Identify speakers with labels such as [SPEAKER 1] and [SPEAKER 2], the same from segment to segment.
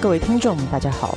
[SPEAKER 1] 各位听众，大家好，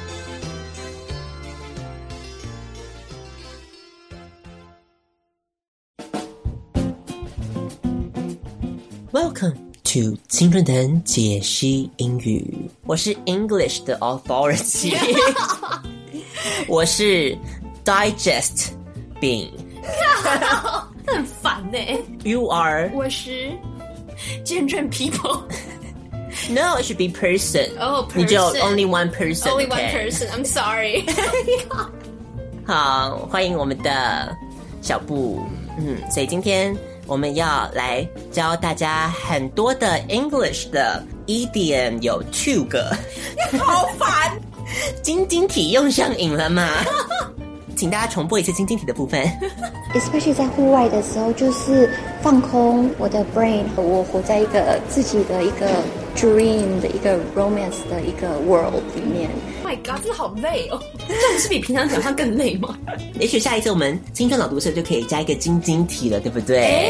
[SPEAKER 2] Welcome to 青春藤解析英语，我是 English 的 authority，我是 digest 饼
[SPEAKER 3] 很烦呢、
[SPEAKER 2] ，You are
[SPEAKER 3] 我是见证 people
[SPEAKER 2] no it should be person，
[SPEAKER 3] Oh,
[SPEAKER 2] 你就
[SPEAKER 3] person.
[SPEAKER 2] only one person，
[SPEAKER 3] only one
[SPEAKER 2] okay？
[SPEAKER 3] person. I'm sorry.
[SPEAKER 2] 好，欢迎我们的小布。嗯，所以今天我们要来教大家很多的 English 的 idiom，有 two 个，好烦。 晶晶体用上瘾了吗？ 请大家重播一次晶晶体的部分。
[SPEAKER 4] especially 在户外的时候，就是放空我的 brain，我活在一个自己的一个 dream 的一个 romance 的一个 world 里面。
[SPEAKER 3] My God，真的好累哦！这不是比平常讲话更累吗？
[SPEAKER 2] 也许下一次我们青春朗读社就可以加一个晶晶体了，对不对？
[SPEAKER 3] 哎、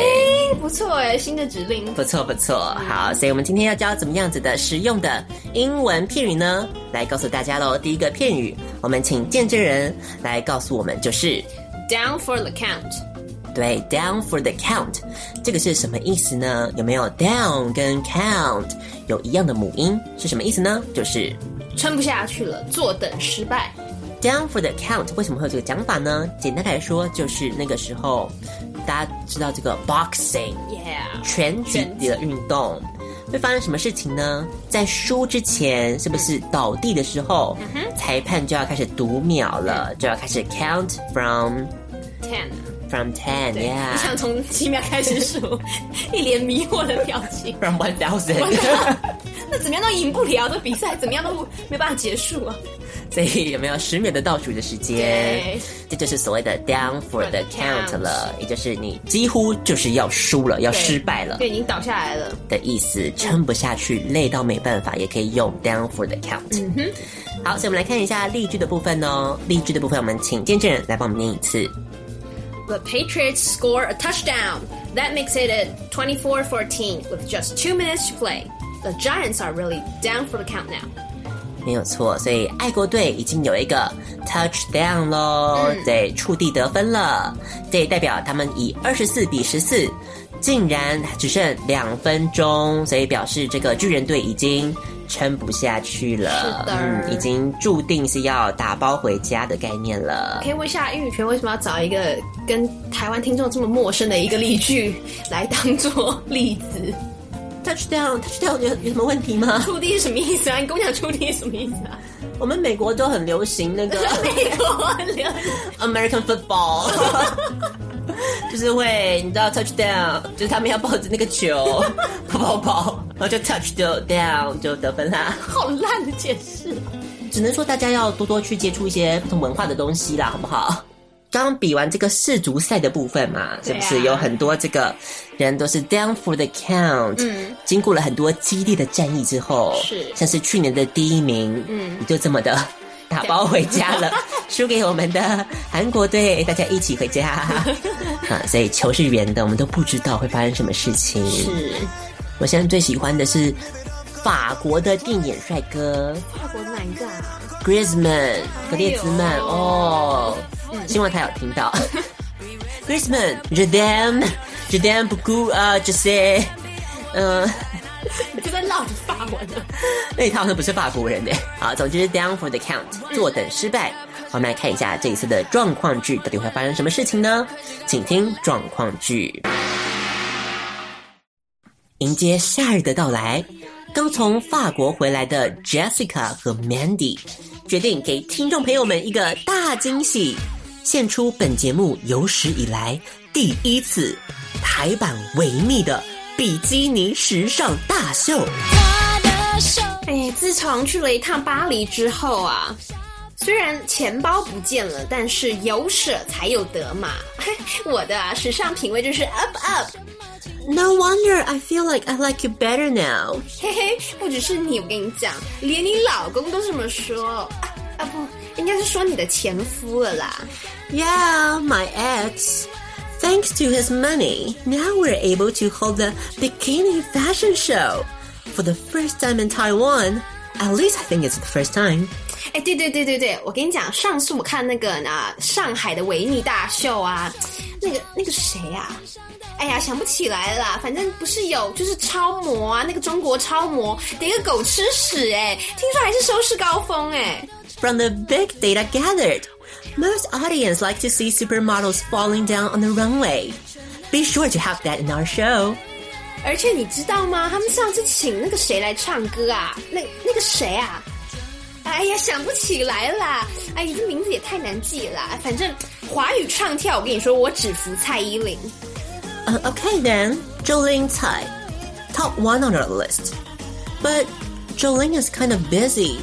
[SPEAKER 3] 不错哎，新的指令。
[SPEAKER 2] 不错不错，好，所以我们今天要教怎么样子的实用的英文片语呢？来告诉大家喽。第一个片语，我们请见证人来告诉我们，就是
[SPEAKER 3] Down for the count.
[SPEAKER 2] 对 down for the count，这个是什么意思呢？有没有 down 跟 count 有一样的母音？是什么意思呢？就是
[SPEAKER 3] 撑不下去了，坐等失败。
[SPEAKER 2] down for the count 为什么会有这个讲法呢？简单来说，就是那个时候大家知道这个 boxing。
[SPEAKER 3] Yeah，
[SPEAKER 2] 全集体的运动，会发生什么事情呢？在输之前，是不是倒地的时候，
[SPEAKER 3] 嗯
[SPEAKER 2] 裁判就要开始读秒了，就要开始 count from
[SPEAKER 3] ten.
[SPEAKER 2] from ten
[SPEAKER 3] 对
[SPEAKER 2] yeah
[SPEAKER 3] 你想从七秒开始数， 一脸迷惑的表情。
[SPEAKER 2] from one
[SPEAKER 3] 我
[SPEAKER 2] thousand，
[SPEAKER 3] 靠那怎么样都赢不了，这比赛怎么样都没办法结束啊！
[SPEAKER 2] 所以有没有十秒的倒数的时间
[SPEAKER 3] 对？
[SPEAKER 2] 这就是所谓的 down for the
[SPEAKER 3] the
[SPEAKER 2] count
[SPEAKER 3] count
[SPEAKER 2] 了，也就是你几乎就是要输了，要
[SPEAKER 3] 对
[SPEAKER 2] 失败了
[SPEAKER 3] 对，已经倒下来了。
[SPEAKER 2] 的意思，撑不下去，累到没办法，也可以用 down for the count。嗯哼，好，所以我们来看一下例句的部分哦。例句的部分，我们请见证人来帮我们念一次。
[SPEAKER 3] The Patriots score a touchdown. That makes it a 24 14 with just two minutes to play. The Giants are really down for the count now.
[SPEAKER 2] 没有错，所以爱国队已经有一个 touchdown 喽，对，触地得分了，这也代表他们以二十四比十四，竟然只剩两分钟，所以表示这个巨人队已经撑不下去了，
[SPEAKER 3] 是的
[SPEAKER 2] 嗯，已经注定是要打包回家的概念了。
[SPEAKER 3] 可以问一下英语圈为什么要找一个跟台湾听众这么陌生的一个例句来当做例子？
[SPEAKER 2] touchdown，touchdown 有有什么问题吗？
[SPEAKER 3] 触地是什么意思啊？你跟我讲触地是什么意思啊？
[SPEAKER 2] 我们美国都很流行 那个
[SPEAKER 3] 美国
[SPEAKER 2] American football，就是会你知道 touchdown，就是他们要抱着那个球跑跑跑，然后就 touch 就 down 就得分啦。
[SPEAKER 3] 好烂的解释。
[SPEAKER 2] 只能说大家要多多去接触一些不同文化的东西啦，好不好？刚比完这个世足赛的部分嘛，是
[SPEAKER 3] 对
[SPEAKER 2] 不
[SPEAKER 3] 啊
[SPEAKER 2] 是有很多这个人都是 down for the count？嗯，经过了很多激烈的战役之后，
[SPEAKER 3] 是
[SPEAKER 2] 像是去年的第一名，嗯，你就这么的打包回家了，输给我们的韩国队，大家一起回家。啊，所以球是圆的，我们都不知道会发生什么事情。
[SPEAKER 3] 是
[SPEAKER 2] 我现在最喜欢的是法国的定眼帅哥，
[SPEAKER 3] 法国的哪一个啊？
[SPEAKER 2] Griezmann 格列兹曼哦，希望他有听到。Griezmann j a d a m j a d a m 不顾啊 j u s e 嗯，
[SPEAKER 3] 你就在唠着法文呢。
[SPEAKER 2] 那他好像不是法国人呢。好，总之 down for the count，坐等失败。
[SPEAKER 5] 我们来看一下这一次的状况剧到底会发生什么事情呢？请听状况剧。迎接夏日的到来，刚从法国回来的 Jessica 和 Mandy 决定给听众朋友们一个大惊喜，献出本节目有史以来第一次台版维密的比基尼时尚大秀。
[SPEAKER 3] 哎，自从去了一趟巴黎之后啊，虽然钱包不见了，但是有舍才有得嘛。 我的啊，时尚品味就是 up up。
[SPEAKER 5] No wonder I feel like I like you better now。
[SPEAKER 3] 嘿嘿，不只是你，我跟你讲，连你老公都这么说啊啊不，应该是说你的前夫了啦。
[SPEAKER 5] Yeah, my ex. Thanks to his money, now we're able to hold the bikini fashion show for the first time in Taiwan. At least I think it's the first time.
[SPEAKER 3] 哎，对对对对对，我跟你讲，上次我看那个呢，上海的维密大秀啊，那个那个谁啊，哎呀，想不起来了啦，反正不是有就是超模啊，那个中国超模得个狗吃屎哎、听说还是收视高峰哎、
[SPEAKER 5] From the big data gathered, most audience like to see supermodels falling down on the runway. Be sure to have that in our show.
[SPEAKER 3] 而且你知道吗？他们上次请那个谁来唱歌啊？那那个谁啊？哎呀，想不起来啦！哎呀，这名字也太难记了啦。反正华语唱跳，我跟你说，我只服蔡依林。
[SPEAKER 5] Uh, okay then, Jolene Tsai, top one on our list. But Jolene is kind of busy.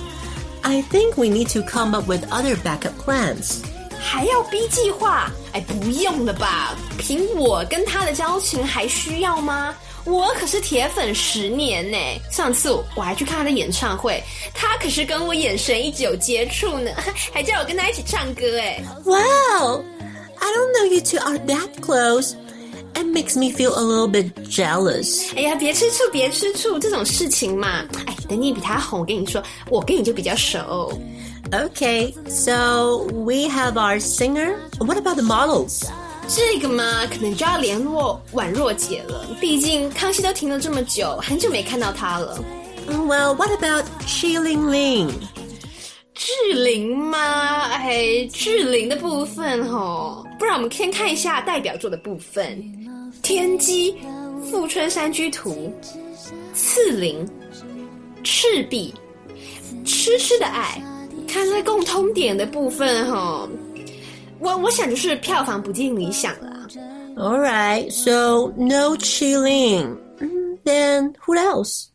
[SPEAKER 5] I think we need to come up with other backup plans.
[SPEAKER 3] 还要 B 计划？哎，不用了吧？凭我跟他的交情还需要吗？我可是铁粉十年呢！上次我还去看他的演唱会，他可是跟我眼神一直有接触呢， 还叫我跟他一起唱歌哎。
[SPEAKER 5] Wow, I don't know you two are that close. It makes me feel a little bit jealous.
[SPEAKER 3] 哎呀，别吃醋，别吃醋，这种事情嘛，哎，等你比他红，我跟你说，我跟你就比较熟。
[SPEAKER 5] Okay, so we have our singer. What about the models?
[SPEAKER 3] 这个嘛，可能就要联络宛若姐了，毕竟康熙都停了这么久，很久没看到她了。
[SPEAKER 5] Well, what about Qiling Ling?
[SPEAKER 3] 志玲吗？哎，志玲的部分吼，不然我们先看一下代表作的部分：天机、富春山居图、刺陵、赤壁、痴痴的爱。看这共通点的部分吼，我我想就是票房不尽理想了啊。
[SPEAKER 5] All right, so no chilling. Mm, Then who else?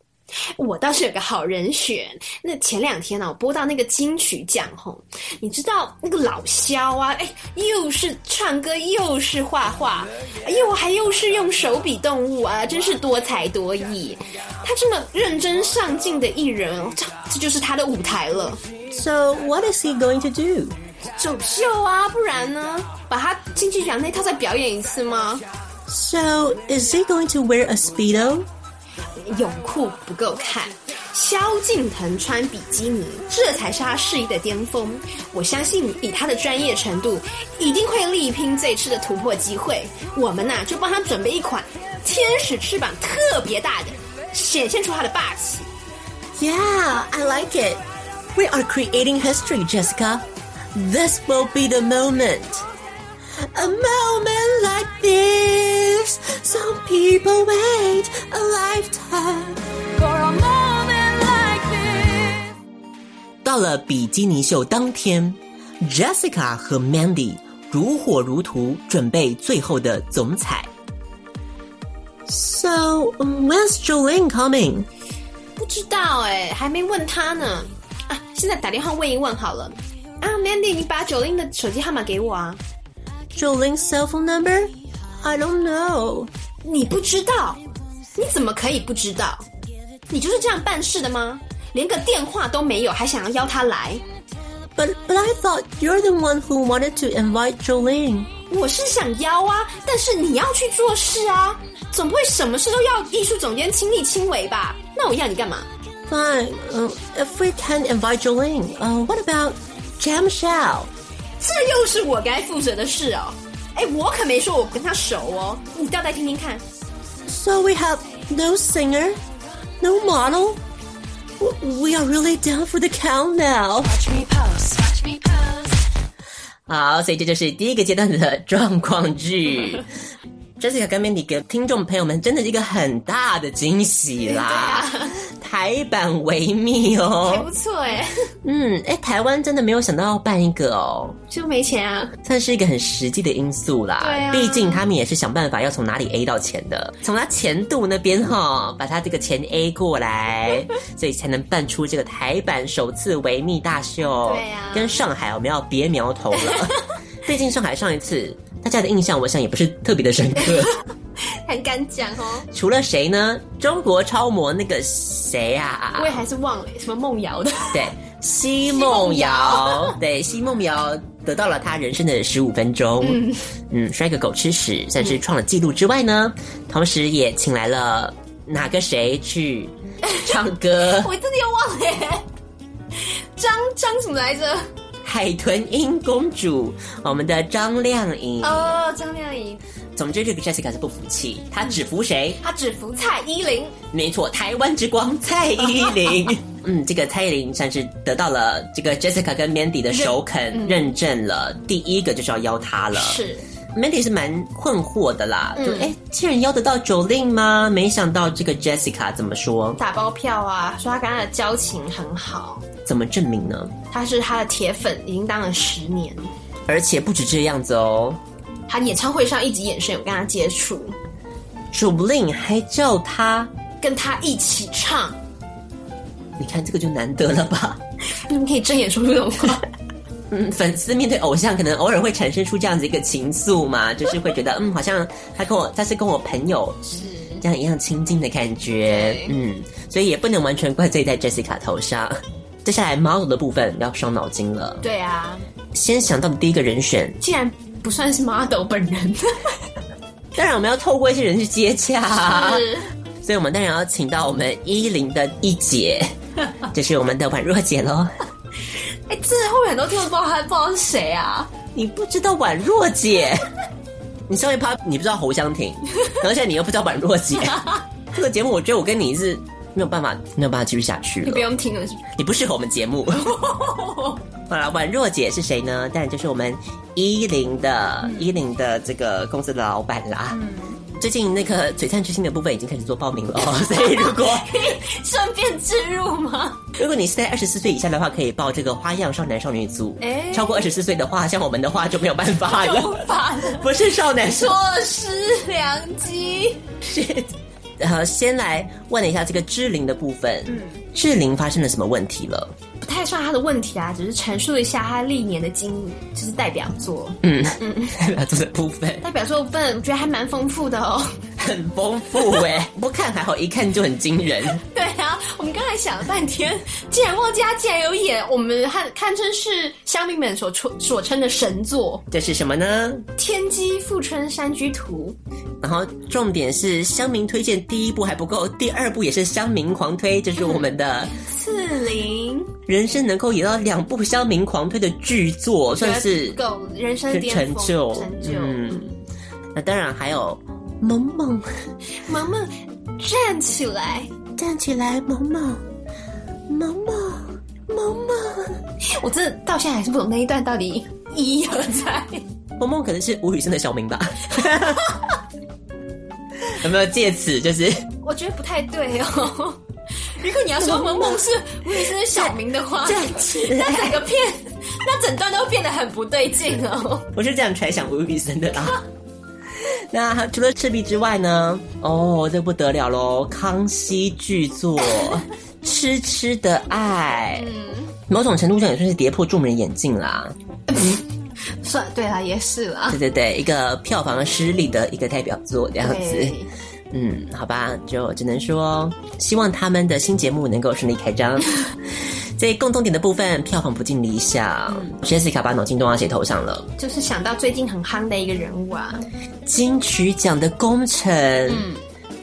[SPEAKER 3] 我倒是有个好人选。那前两天呢、我播到那个金曲奖吼，你知道那个老萧啊，哎，又是唱歌又是画画，又还又是用手比动物啊，真是多才多艺。他这么认真上进的艺人，哦这这就是他的舞台了。
[SPEAKER 5] So what is he going to do?
[SPEAKER 3] 走秀啊，不然呢？把他金曲奖那套再表演一次吗？
[SPEAKER 5] So is he going to wear a speedo?
[SPEAKER 3] 泳裤不够看。萧敬腾穿比基尼，这才是他事业的巅峰。我相信，以他的专业程度，一定会力拼这次的突破机会。我们呐、就帮他准备一款天使翅膀特别大的，显现出他的霸气。
[SPEAKER 5] Yeah, I like it. We are creating history, Jessica. This will be the moment. A moment like this. Some people wait a lifetime. 到了比基尼秀当天，Jessica 和 Mandy 如火如荼准备最后的总彩。So when's Jolene coming?
[SPEAKER 3] 不知道哎、还没问他呢。啊，现在打电话问一问好了。啊，Mandy，你把九零的手机号码给我啊。
[SPEAKER 5] Jolene's cell phone number? I don't know.
[SPEAKER 3] 你不知道？你怎么可以不知道？你就是这样办事的吗？连个电话都没有，还想要邀他来？
[SPEAKER 5] But but I thought you're the one who wanted to invite Jolene.
[SPEAKER 3] 我是想邀啊，但是你要去做事啊，总不会什么事都要艺术总监亲力亲为吧？那我要你干嘛？
[SPEAKER 5] Fine. Uh, if we can't invite Jolene, uh, what about Jam Shao?
[SPEAKER 3] 这又是我该负责的事哦。哎，我可没说我跟他熟哦，你倒带听听看。
[SPEAKER 5] So we have no singer, no model. W- We are really down for the count now.
[SPEAKER 1] Watch me pose. Watch me pose.
[SPEAKER 5] 好，所以这就是第一个阶段的 状况剧。Jessica 跟 Mandy 给听众朋友们真的是一个很大的惊喜啦，台版维密
[SPEAKER 3] 还
[SPEAKER 5] 哦
[SPEAKER 3] 不，错哎，
[SPEAKER 5] 嗯，哎、台湾真的没有想到要办一个哦，
[SPEAKER 3] 就没钱啊。
[SPEAKER 5] 算是一个很实际的因素啦。
[SPEAKER 3] 对啊
[SPEAKER 5] 毕竟他们也是想办法要从哪里 A 到钱的，从他钱度那边哈， 把他这个钱 A 过来，所以才能办出这个台版首次维密大秀。
[SPEAKER 3] 对啊
[SPEAKER 5] 跟上海我们要别 苗头了。毕竟上海上一次大家的印象，我想也不是特别的深 刻。
[SPEAKER 3] 很敢讲哦，
[SPEAKER 5] 除了谁呢？中国超模那个谁啊？
[SPEAKER 3] 我也还是忘了什么梦瑶的，
[SPEAKER 5] 对，奚梦瑶，对，奚梦瑶得到了她人生的十五分钟，嗯摔个狗吃屎，算是创了纪录之外呢，同时也请来了哪个谁 去唱歌，
[SPEAKER 3] 我真的又忘了耶。张张什么来着？
[SPEAKER 5] 海豚音公主，我们的张靓颖。
[SPEAKER 3] 哦，张靓颖，
[SPEAKER 5] 总之，这个 Jessica 是不服气，她只服谁？
[SPEAKER 3] 她只服蔡依林，
[SPEAKER 5] 没错，台湾之光蔡依 林。嗯，这个蔡依林算是得到了这个 Jessica 跟 Mandy 的首肯认证了，第一个就是要邀她了。
[SPEAKER 3] 是
[SPEAKER 5] Mandy 是蛮困惑的啦，
[SPEAKER 3] 嗯
[SPEAKER 5] 就哎、诶竟然邀得到 Jolin 吗？没想到这个 Jessica 怎么说？
[SPEAKER 3] 打包票啊，说她跟她的交情很好，
[SPEAKER 5] 怎么证明呢？
[SPEAKER 3] 她是她的铁粉，已经当了十年。
[SPEAKER 5] 而且不止这样子哦
[SPEAKER 3] 她演唱会上一直眼神有跟她接触，
[SPEAKER 5] ，Jolin 还叫她，
[SPEAKER 3] 跟她一起唱，
[SPEAKER 5] 你看这个就难得了吧？
[SPEAKER 3] 你们可以睁眼说出这种话。
[SPEAKER 5] 嗯，粉丝面对偶像，可能偶尔会产生出这样子一个情 愫嘛，就是会觉得，嗯，好像他跟我，他是跟我朋友
[SPEAKER 3] 是
[SPEAKER 5] 这样一样亲近的感觉
[SPEAKER 3] 对，
[SPEAKER 5] 嗯，所以也不能完全怪罪在 Jessica 头上。接下来 model 的部分要伤脑筋了，
[SPEAKER 3] 对啊，
[SPEAKER 5] 先想到的第一个人选
[SPEAKER 3] 既然不算是 model 本人，
[SPEAKER 5] 当然，我们要透过一些人去接洽啊，
[SPEAKER 3] 是
[SPEAKER 5] 所以我们当然要请到我们一零的一姐，就是我们的宛若姐喽。
[SPEAKER 3] 哎、真的会不会很多听众不知道她不知道是谁啊？
[SPEAKER 5] 你不知道宛若姐，你上一趴你不知道侯湘婷，然后现在你又不知道宛若姐，这个节目我觉得我跟你是没有办法没有办法继续下去
[SPEAKER 3] 你不
[SPEAKER 5] 了，
[SPEAKER 3] 用听了，是不是？
[SPEAKER 5] 你不适合我们节目。 好了，宛若姐是谁呢？当然就是我们一零的
[SPEAKER 3] 嗯
[SPEAKER 5] 一零、的这个公司的老板啦。最近那个璀璨之星的部分已经开始做 报名了哦，所以如果
[SPEAKER 3] 顺便置入吗？
[SPEAKER 5] 如果你是在二十四岁以下的话，可以报这个花样少男少女组。
[SPEAKER 3] 哎
[SPEAKER 5] 超过二十四岁的话，像我们的话就没有办法
[SPEAKER 3] 就无
[SPEAKER 5] 了。
[SPEAKER 3] 法了。
[SPEAKER 5] 不是少男少
[SPEAKER 3] 错失良机，
[SPEAKER 5] 是。好，呃先来问了一下这个志玲的部分。嗯，志玲发生了什么问题 了？
[SPEAKER 3] 不太算他的问题啊，只是陈述一下他历年的经历，就是代表作。
[SPEAKER 5] 嗯嗯，这个部分
[SPEAKER 3] 代表作部分我觉得还蛮丰富的哦。
[SPEAKER 5] 很丰富哎、 不看还好，一看就很惊人。
[SPEAKER 3] 对啊，我们刚才想了半天， 竟然忘记他竟然有演我们堪堪称是乡民们所称所称的神作
[SPEAKER 5] 这是什么呢？
[SPEAKER 3] 《天机富春山居图
[SPEAKER 5] 然后重点是乡民推荐第一部还不够，第二部也是乡民狂推，这是我们的》，
[SPEAKER 3] 刺 陵
[SPEAKER 5] 人生能够演到两部乡民狂推的巨 作，算是
[SPEAKER 3] 狗人生
[SPEAKER 5] 是
[SPEAKER 3] 啊巅
[SPEAKER 5] 成
[SPEAKER 3] 峰
[SPEAKER 5] 就，
[SPEAKER 3] 成就。
[SPEAKER 5] 嗯，那当然还有萌萌
[SPEAKER 3] 萌萌站起来，
[SPEAKER 5] 站起来，萌萌，萌萌，萌萌，
[SPEAKER 3] 哎我真的到现在还是不懂那一段到底意义何在。
[SPEAKER 5] 萌萌可能是吴宇森的小名吧？ 有没有借此就是
[SPEAKER 3] 我觉得不太对哦。 如果你要说萌萌是吴宇森的小名的话，
[SPEAKER 5] 站起来？
[SPEAKER 3] 那整个片，那整段都变得很不对劲哦。
[SPEAKER 5] 我是这样揣想吴宇森的啦。 那除了赤壁之外呢？哦，这不得了喽！康熙巨作《痴痴的爱》，某种程度上也算是跌破众人眼镜啦。
[SPEAKER 3] 算对啦，也是啦。
[SPEAKER 5] 对对对，一个票房失利的一个代表作这样子。
[SPEAKER 3] 对，
[SPEAKER 5] 嗯，好吧，就只能说希望他们的新节目能够顺利开张。所以共同点的部分，票房不尽理想。Jessica 把脑筋动到谁头上了？
[SPEAKER 3] 就是想到最近很夯的一个人物啊，
[SPEAKER 5] 金曲奖的功臣。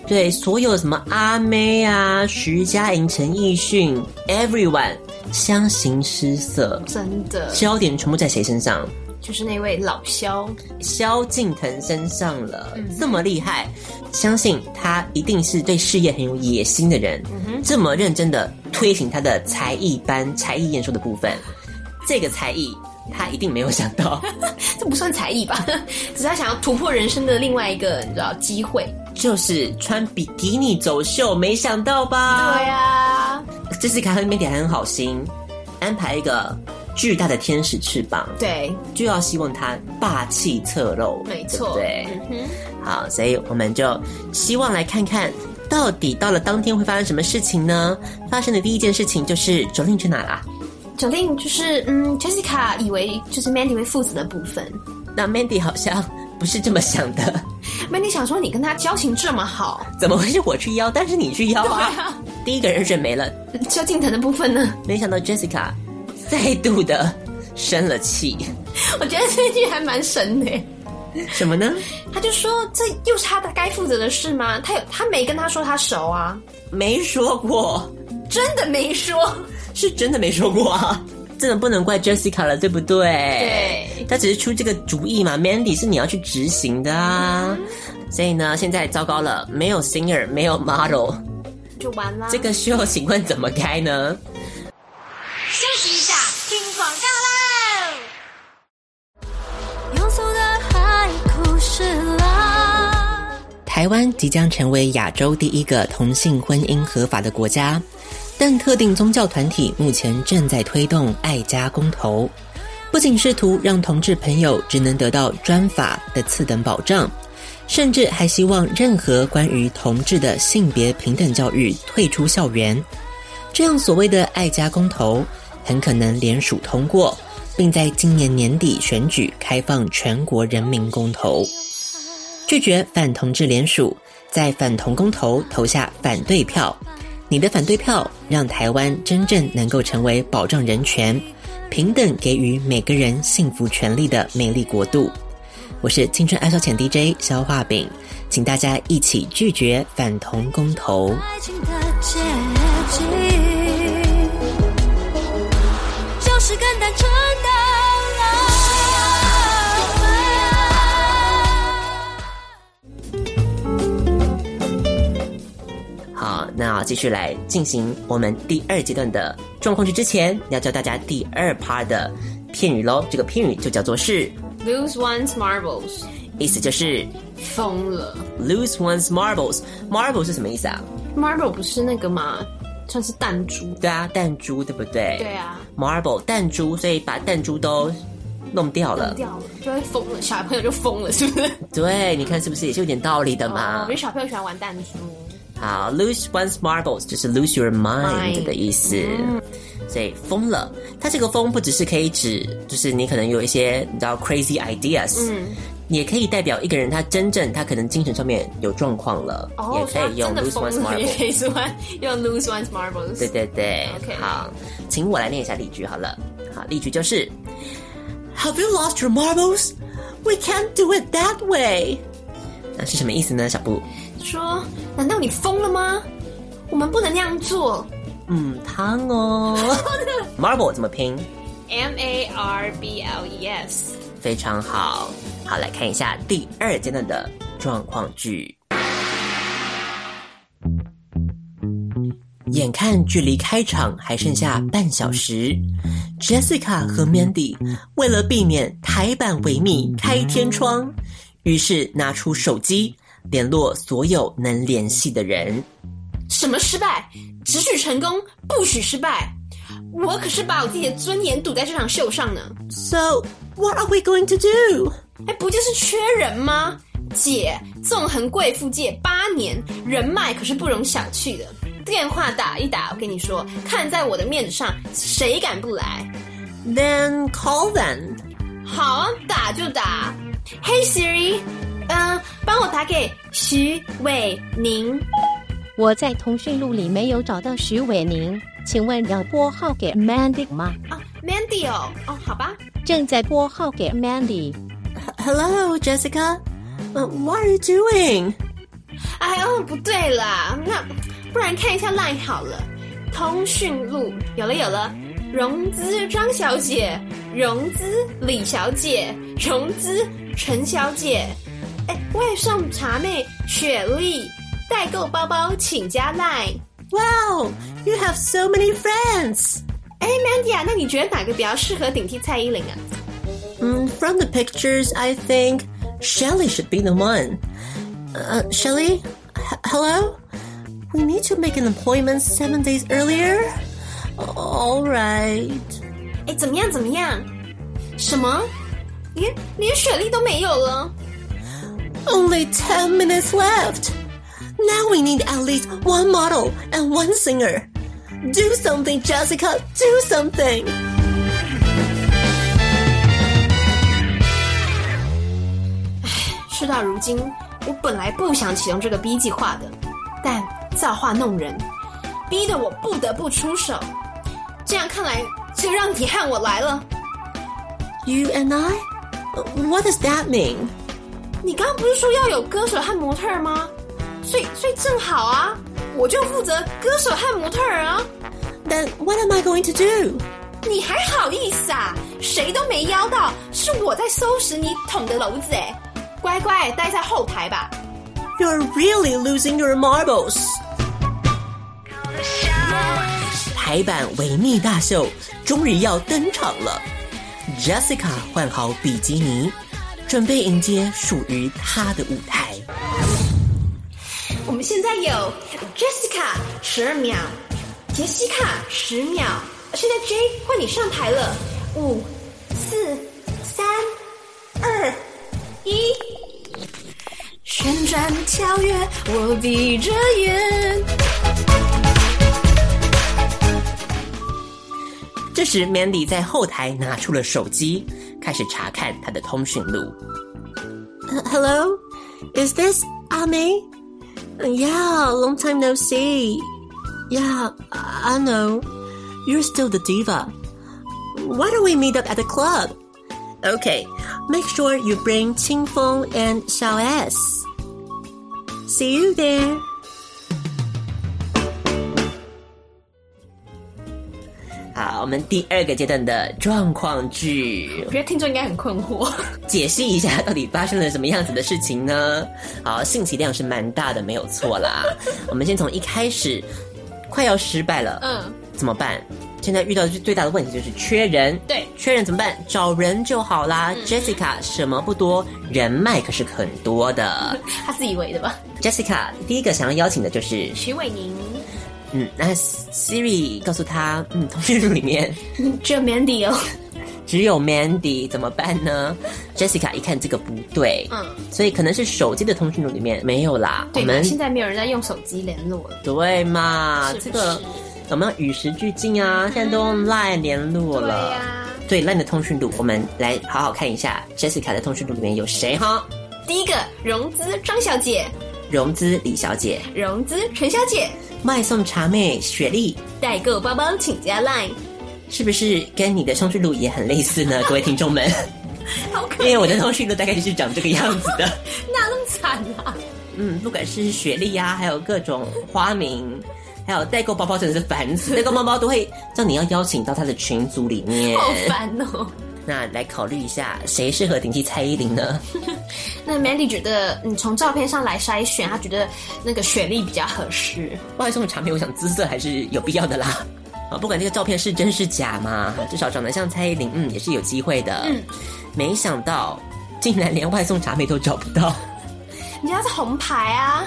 [SPEAKER 5] 对，所有什么阿妹啊、徐佳莹、陈奕迅，everyone 相形失色，
[SPEAKER 3] 真的
[SPEAKER 5] 焦点全部在谁身上？
[SPEAKER 3] 就是那位老萧，
[SPEAKER 5] 萧敬腾身上了，这么厉害，相信他一定是对事业很有野心的人，这么认真的推行他的才艺班、才艺演说的部分，这个才艺他一定没有想到，
[SPEAKER 3] 这不算才艺吧？ 只是他想要突破人生的另外一个你知道机会。
[SPEAKER 5] 就是穿比基尼走秀，没想到吧？
[SPEAKER 3] 对啊，
[SPEAKER 5] 这次卡特媒体还很好心，安排一个巨大的天使翅膀，
[SPEAKER 3] 对，
[SPEAKER 5] 就要希望它霸气侧漏，
[SPEAKER 3] 没错，
[SPEAKER 5] 对不对
[SPEAKER 3] 嗯哼。
[SPEAKER 5] 好，所以我们就希望来看看。到底到了当天会发生什么事情呢？发生的第一件事情就是九令去哪啦？
[SPEAKER 3] 九令就是嗯，Jessica 以为就是 Mandy 会负责的部分。
[SPEAKER 5] 那 Mandy 好像不是这么想的，
[SPEAKER 3] Mandy 想说你跟他交情这么好，
[SPEAKER 5] 怎么会是我去邀？但是你去邀啊！ 第一个人选没了，
[SPEAKER 3] 萧敬腾的部分呢？
[SPEAKER 5] 没想到 Jessica 再度的生了气，
[SPEAKER 3] 我觉得这句还蛮神的耶。
[SPEAKER 5] 什么呢？
[SPEAKER 3] 他就说这又是他的该负责的事吗？他有他没跟他说他熟啊，
[SPEAKER 5] 没说过，
[SPEAKER 3] 真的没说。
[SPEAKER 5] 是真的没说过啊！真的不能怪 Jessica 了，对不对？
[SPEAKER 3] 对，
[SPEAKER 5] 他只是出这个主意嘛，Mandy 是你要去执行的啊。所以呢，现在糟糕了，没有 singer，没有 model，
[SPEAKER 3] 就完啦。
[SPEAKER 5] 这个秀请问怎么开呢？
[SPEAKER 1] 休息一下，听广告喽。庸俗的海枯石烂。
[SPEAKER 5] 台湾即将成为亚洲第一个同性婚姻合法的国家，但特定宗教团体目前正在推动爱家公投，不仅试图让同志朋友只能得到专法的次等保障，甚至还希望任何关于同志的性别平等教育退出校园。这样所谓的爱家公投，很可能联署通过，并在今年年底选举开放全国人民公投。拒绝反同志联署，在反同公投投下反对票。你的反对票让台湾真正能够成为保障人权、平等给予每个人幸福权利的美丽国度。我是青春爱消遣 DJ 肖画饼，请大家一起拒绝反同公投。
[SPEAKER 1] 爱情的结局，就是更单纯的浪费。
[SPEAKER 5] 好，那继续来进行我们第二阶段的状况剧之前，要教大家第二 part 的片语喽。这个片语就叫做是，
[SPEAKER 3] lose one's marbles，
[SPEAKER 5] 意思就是
[SPEAKER 3] 疯了。
[SPEAKER 5] lose one's marbles。marble 是什么意思啊？
[SPEAKER 3] Marble 不是那个吗？算是弹珠。
[SPEAKER 5] 对啊，弹珠对不对？
[SPEAKER 3] 对啊，
[SPEAKER 5] ，marble 弹珠，所以把弹珠都弄掉了。
[SPEAKER 3] 掉了就会疯了，小朋友就疯了，是不是？
[SPEAKER 5] 对，你看是不是也是有点道理的
[SPEAKER 3] 哦我
[SPEAKER 5] 嘛
[SPEAKER 3] 觉得？小朋友喜欢玩弹珠。
[SPEAKER 5] 好，lose 啊 one's marbles 就是 lose your mind
[SPEAKER 3] Mind
[SPEAKER 5] 的意思。
[SPEAKER 3] 嗯
[SPEAKER 5] 所以疯了，它这个疯不只是可以指，就是你可能有一些你知道 crazy ideas，
[SPEAKER 3] 嗯，
[SPEAKER 5] 也可以代表一个人他真正他可能精神上面有状况了，也
[SPEAKER 3] 哦，所
[SPEAKER 5] 可以
[SPEAKER 3] 以
[SPEAKER 5] 用
[SPEAKER 3] 真的
[SPEAKER 5] lose
[SPEAKER 3] 疯
[SPEAKER 5] one's
[SPEAKER 3] 了，也可
[SPEAKER 5] marbles。
[SPEAKER 3] 以是玩用 lose one's marbles。
[SPEAKER 5] 对对对
[SPEAKER 3] OK
[SPEAKER 5] 好，请我来念一下例句好了。好，例句就是：Have you lost your marbles? We can't do it that way。那是什么意思呢？小布，
[SPEAKER 3] 说，难道你疯了吗？我们不能那样做。
[SPEAKER 5] 嗯，汤 哦。marble 怎么拼？
[SPEAKER 3] M A R B L E S，
[SPEAKER 5] 非常好。好，来看一下第二阶段的状况句。眼看距离开场还剩下半小时，Jessica 和 Mandy 为了避免台版维密开天窗，于是拿出手机联络所有能联系的人。
[SPEAKER 3] 什么失败？只许成功，不许失败。我可是把我自己的尊严赌在这场秀上呢。
[SPEAKER 5] So what are we going to do？
[SPEAKER 3] 哎，不就是缺人吗？姐，纵横贵妇界八年，人脉可是不容小觑的。电话打一打，我跟你说，看在我的面子上，谁敢不来？
[SPEAKER 5] Then call them.
[SPEAKER 3] 好啊，打就打。Hey Siri，嗯、帮我打给徐伟宁。
[SPEAKER 6] 我在通讯录里没有找到徐伟宁，请问要拨号给 Mandy 吗？
[SPEAKER 3] 哦，Mandy 哦，哦，好吧，
[SPEAKER 6] 正在拨号给 Mandy。
[SPEAKER 5] Hello, Jessica. Uh, what are you doing?
[SPEAKER 3] 哎哦，不对啦，那不然看一下 Line 好了。通讯录有了有了，融资张小姐，融资李小姐，融资陈小姐。哎，外送茶妹雪莉，代购包包请加 Line。
[SPEAKER 5] Wow, you have so many friends.
[SPEAKER 3] 哎，Mandy 啊，那你觉得哪个比较适合顶替蔡依林啊？
[SPEAKER 5] from the pictures, I think Shelly should be the one. Uh, Shelly? H- hello? We need to make an appointment seven days earlier? All right.
[SPEAKER 3] 哎，怎么样？怎么样？什么？连连雪莉都没有了？
[SPEAKER 5] Only 10 minutes left. Now we need at least one model and one singer. Do something, Jessica. Do something.
[SPEAKER 3] 事到如今，我本来不想启动这个 B 计划的，但造化弄人，逼得我不得不出手。这样看来，就让你和我来了。
[SPEAKER 5] You and I? What does that mean?
[SPEAKER 3] 你刚刚不是说要有歌手和模特儿吗？所以，所以正好啊，我就负责歌手和模特儿啊。
[SPEAKER 5] Then what am I going to do?
[SPEAKER 3] 你还好意思啊？谁都没邀到，是我在收拾你捅的篓子哎！乖乖待在后台吧。
[SPEAKER 5] You're really losing your marbles. 台版维密大秀终于要登场了，Jessica 换好比基尼，准备迎接属于她的舞台。
[SPEAKER 3] 我们现在有 Jessica 十二秒，杰西卡十秒，现在 J 换你上台了，五、四、三、二、一，旋转跳跃，我闭着眼。
[SPEAKER 5] 这时，Mandy 在后台拿出了手机，开始查看她的通讯录。Hello, is this Ame? Yeah, long time no see. Yeah, I know. You're still the diva. Why don't we meet up at the club? Okay, make sure you bring Qing Feng and Xiao S. See you there. 好，我们第二个阶段的状况剧。
[SPEAKER 3] 我觉得听众应该很困 惑。
[SPEAKER 5] 解析一下到底发生了什么样子的事情呢？好，信息量是蛮大的，没有错 啦。我们先从一开始快要失败了，
[SPEAKER 3] 嗯，
[SPEAKER 5] 怎么办？现在遇到的最大的问题就是缺人，
[SPEAKER 3] 对嗯
[SPEAKER 5] 缺人怎么办？找人就好啦。Jessica 什么不多，人脉可是很多的。
[SPEAKER 3] 他自以为的吧？
[SPEAKER 5] Jessica 第一个想要邀请的就是，
[SPEAKER 3] 徐伟宁，
[SPEAKER 5] 嗯，那 Siri 告诉他，嗯，通讯录里面
[SPEAKER 3] 只有 Mandy 哦。
[SPEAKER 5] 只有 Mandy 怎么办呢？Jessica 一看这个不对，
[SPEAKER 3] 嗯，
[SPEAKER 5] 所以可能是手机的通讯录里面没有啦。我
[SPEAKER 3] 对嘛，
[SPEAKER 5] 们
[SPEAKER 3] 现在没有人在用手机联络了。
[SPEAKER 5] 对嘛
[SPEAKER 3] 是，不
[SPEAKER 5] 这个
[SPEAKER 3] 是
[SPEAKER 5] 我们要与时俱进啊，现在都用 Line 联络了。对 Line 的通讯录，我们来好好看一下 Jessica 的通讯录里面有谁哈？
[SPEAKER 3] 第一个融资张小姐，
[SPEAKER 5] 融资李小姐，
[SPEAKER 3] 融资陈小姐，
[SPEAKER 5] 外送茶妹雪莉，
[SPEAKER 3] 代购包包请加 Line，
[SPEAKER 5] 是不是跟你的通讯录也很类似 呢？各位听众们，
[SPEAKER 3] 好可
[SPEAKER 5] 因
[SPEAKER 3] 怜，
[SPEAKER 5] 为我的通讯录大概就是长这个样子的。
[SPEAKER 3] 哪那么惨啊？
[SPEAKER 5] 嗯，不管是雪莉呀、还有各种花名，还有代购包包，真的是烦死。代购包包都会叫你要邀请到他的群组里面。
[SPEAKER 3] 好烦哦。
[SPEAKER 5] 那来考虑一下，谁适合顶替蔡依林 呢？
[SPEAKER 3] 那 Mandy 觉得，嗯，从照片上来筛选，她觉得那个雪莉比较合适。
[SPEAKER 5] 外送的产品，我想姿色还是有必要的啦。啊，不管这个照片是真是假嘛，至少长得像蔡依林，嗯，也是有机会的。嗯，没想到竟然连外送茶妹都找不到，
[SPEAKER 3] 人家是红牌啊，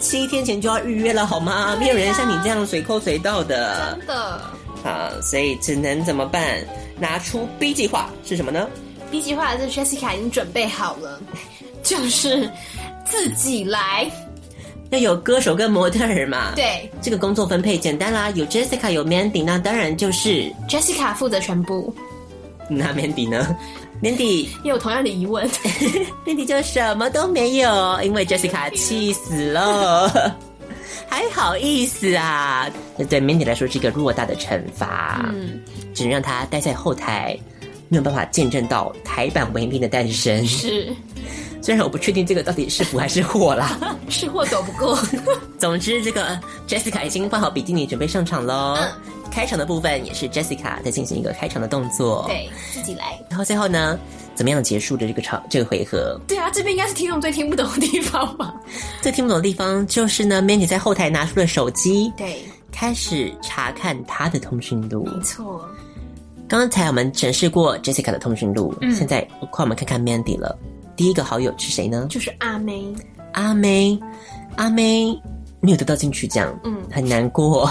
[SPEAKER 5] 七天前就要预约了好吗？没有人像你这样随扣随到的。
[SPEAKER 3] 真的。
[SPEAKER 5] 啊，所以只能怎么办？拿出 B 计划是什么呢？
[SPEAKER 3] B 计划的是 Jessica 已经准备好了，就是自己来。
[SPEAKER 5] 要有歌手跟模特儿嘛。，
[SPEAKER 3] 对
[SPEAKER 5] 这个工作分配简单啦，有 Jessica 有 Mandy，那当然就是
[SPEAKER 3] ，Jessica 负责全部。
[SPEAKER 5] 那 Mandy 呢？Mandy
[SPEAKER 3] 也有同样的疑 问，
[SPEAKER 5] Mandy 就什么都没有，因为 Jessica 气死了。 还好意思啊！这对 Mandy 来说是一个偌大的惩罚，嗯，只能让她待在后台，没有办法见证到台版文明的诞生。
[SPEAKER 3] 是
[SPEAKER 5] 虽然我不确定这个到底是福还是祸啦。
[SPEAKER 3] 是或躲不过。
[SPEAKER 5] 总之，这个 Jessica 已经换好比基尼，准备上场喽。开场的部分也是 Jessica 在进行一个开场的动作。，
[SPEAKER 3] 对自己来。
[SPEAKER 5] 然后最后呢，怎么样结束的这个场这个回合？
[SPEAKER 3] 对啊，这边应该是听众最听不懂的地方吧？
[SPEAKER 5] 最听不懂的地方就是呢，Mandy 在后台拿出了手机，
[SPEAKER 3] 对，
[SPEAKER 5] 开始查看他的通讯录。
[SPEAKER 3] 没错，
[SPEAKER 5] 刚才我们审视过 Jessica 的通讯录，现在快我们看看 Mandy 了。第一个好友是谁呢？
[SPEAKER 3] 就是阿妹，
[SPEAKER 5] 阿妹，阿妹没有得到金曲奖，嗯，很难过。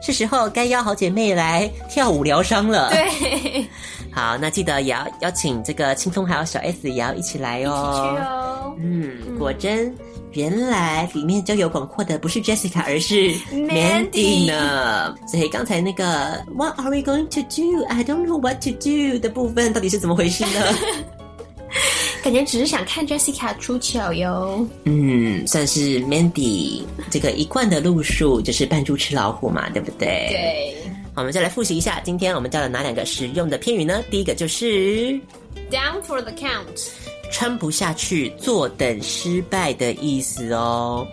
[SPEAKER 5] 是时候该邀好姐妹来跳舞疗伤了。
[SPEAKER 3] 对，
[SPEAKER 5] 好，那记得也要邀请这个清风还有小 S 也要一起来哦。
[SPEAKER 3] 去哦，
[SPEAKER 5] 嗯，果真，原来里面交友广阔的不是 Jessica，而是 Mandy 呢。所以刚才那个 What are we going to do? I don't know what to do 的部分到底是怎么回事 呢？
[SPEAKER 3] 感觉只是想看 Jessica 出糗哟。
[SPEAKER 5] 嗯，算是 Mandy 这个一贯的路数，就是扮猪吃老虎嘛，对不对？。
[SPEAKER 3] 对
[SPEAKER 5] 好，我们再来复习一下，今天我们教了哪两个实用的片语呢？第一个就是
[SPEAKER 3] ，Down for the count，
[SPEAKER 5] 穿不下去、坐等失败的意思哦。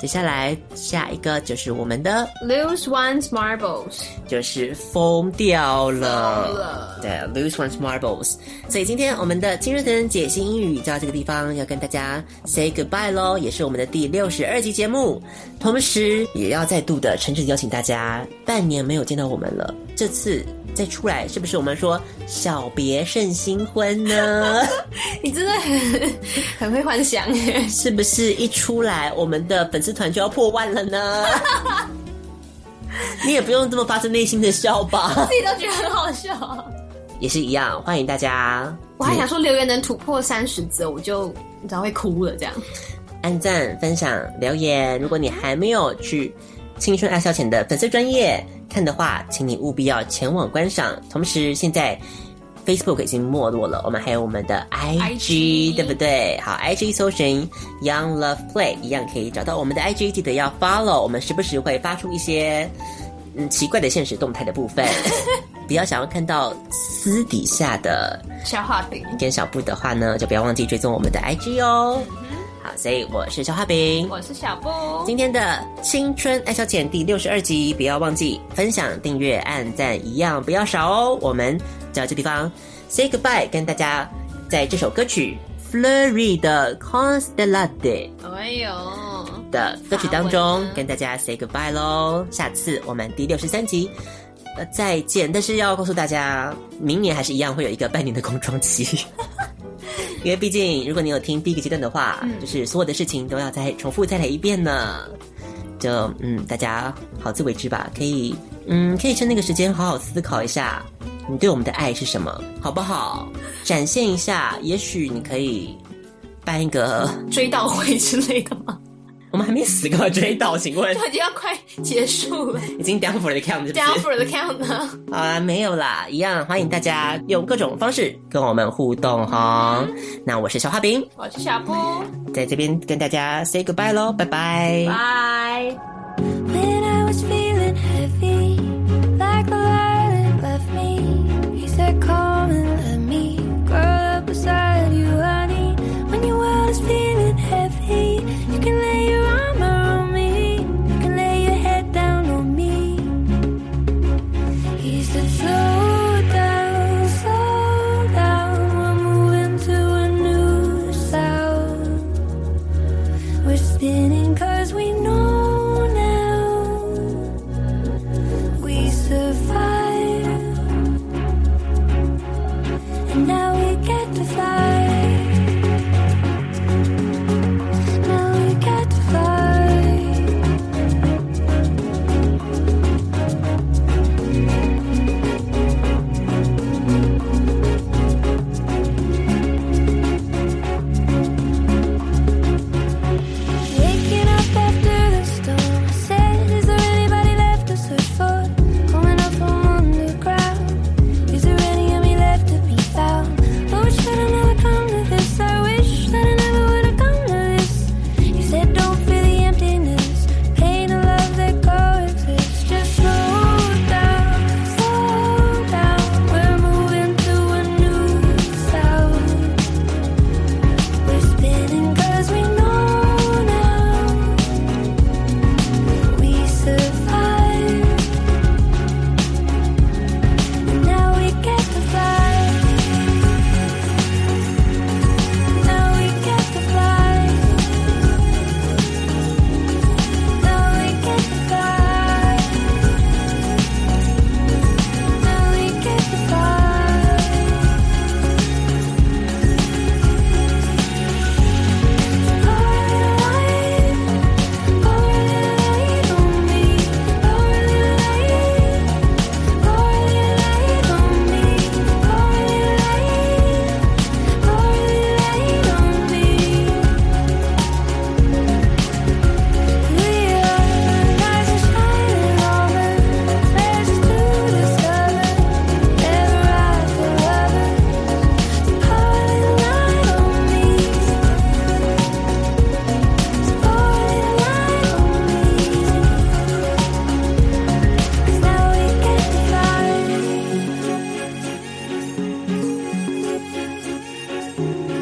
[SPEAKER 5] 接下来下一个就是我们的，
[SPEAKER 3] lose one's marbles，
[SPEAKER 5] 就是疯掉了。
[SPEAKER 3] 疯了
[SPEAKER 5] 对，lose one's marbles。所以今天我们的青春成人解析英语就到这个地方，要跟大家 say goodbye 喽，也是我们的第六十二集节目。同时，也要再度的诚挚地邀请大家，半年没有见到我们了，这次再出来，是不是我们说小别胜新婚呢？
[SPEAKER 3] 你真的很 很会幻想耶。
[SPEAKER 5] 是不是一出来，我们的粉丝团就要破万 了呢？你也不用这么发自内心的笑吧，
[SPEAKER 3] 自己都觉得很好笑。
[SPEAKER 5] 也是一样，欢迎大家
[SPEAKER 3] 我还想说留言能突破三十则，我就你知道会哭了这样。
[SPEAKER 5] 按赞、分享、留言。如果你还没有去青春爱消遣的粉丝专业看的话，请你务必要前往观赏。同时，现在 Facebook 已经没落了，我们还有我们的 IG，,
[SPEAKER 3] IG
[SPEAKER 5] 对不对？好，IG 搜寻 Young Love Play，一样可以找到我们的 IG。记得要 follow，我们时不时会发出一些嗯奇怪的现实动态的部分。 比较想要看到私底下的
[SPEAKER 3] 消化饼，
[SPEAKER 5] 跟小布的话呢，就不要忘记追踪我们的 IG 哦。好，所以我是小画饼。
[SPEAKER 3] 我是小布，
[SPEAKER 5] 今天的青春爱消遣第六十二集，不要忘记分享、订阅、按赞，一样不要少哦。我们就到这地方 say goodbye，跟大家在这首歌曲 Flurry 的 Constellate
[SPEAKER 3] 哎呦，
[SPEAKER 5] 的歌曲当
[SPEAKER 3] 法
[SPEAKER 5] 中
[SPEAKER 3] 文啊
[SPEAKER 5] 跟大家 say goodbye 喽。下次我们第六十三集。呃，再见！但是要告诉大家，明年还是一样会有一个半年的空窗期， 因为毕竟如果你有听第一个阶段的话，就是所有的事情都要再重复再来一遍呢。就嗯，大家好自为之吧，可以嗯，可以趁那个时间好好思考一下，你对我们的爱是什么，好不好？展现一下，也许你可以办一个
[SPEAKER 3] 追悼会之类的 吗？
[SPEAKER 5] 我们还没死，干嘛追悼？请问
[SPEAKER 3] 就已经要快结束 了
[SPEAKER 5] 已经 down for the count 是不
[SPEAKER 3] ，Down
[SPEAKER 5] 是？
[SPEAKER 3] for the count 呢？
[SPEAKER 5] 好啊，没有啦，一样欢迎大家用各种方式跟我们互动哈。那我是小花饼，
[SPEAKER 3] 我是小布，
[SPEAKER 5] 在这边跟大家 say goodbye 喽，拜拜。
[SPEAKER 3] 拜。
[SPEAKER 1] When I was feeling heavy, like the lilac left me, he said, "Come and let me curl up beside you, honey." When your world is feeling heavy, you can lay your arm around me, you can lay your head down on me. He said, slow down, slow down, we're moving to a new sound. We're spinning cause we know now I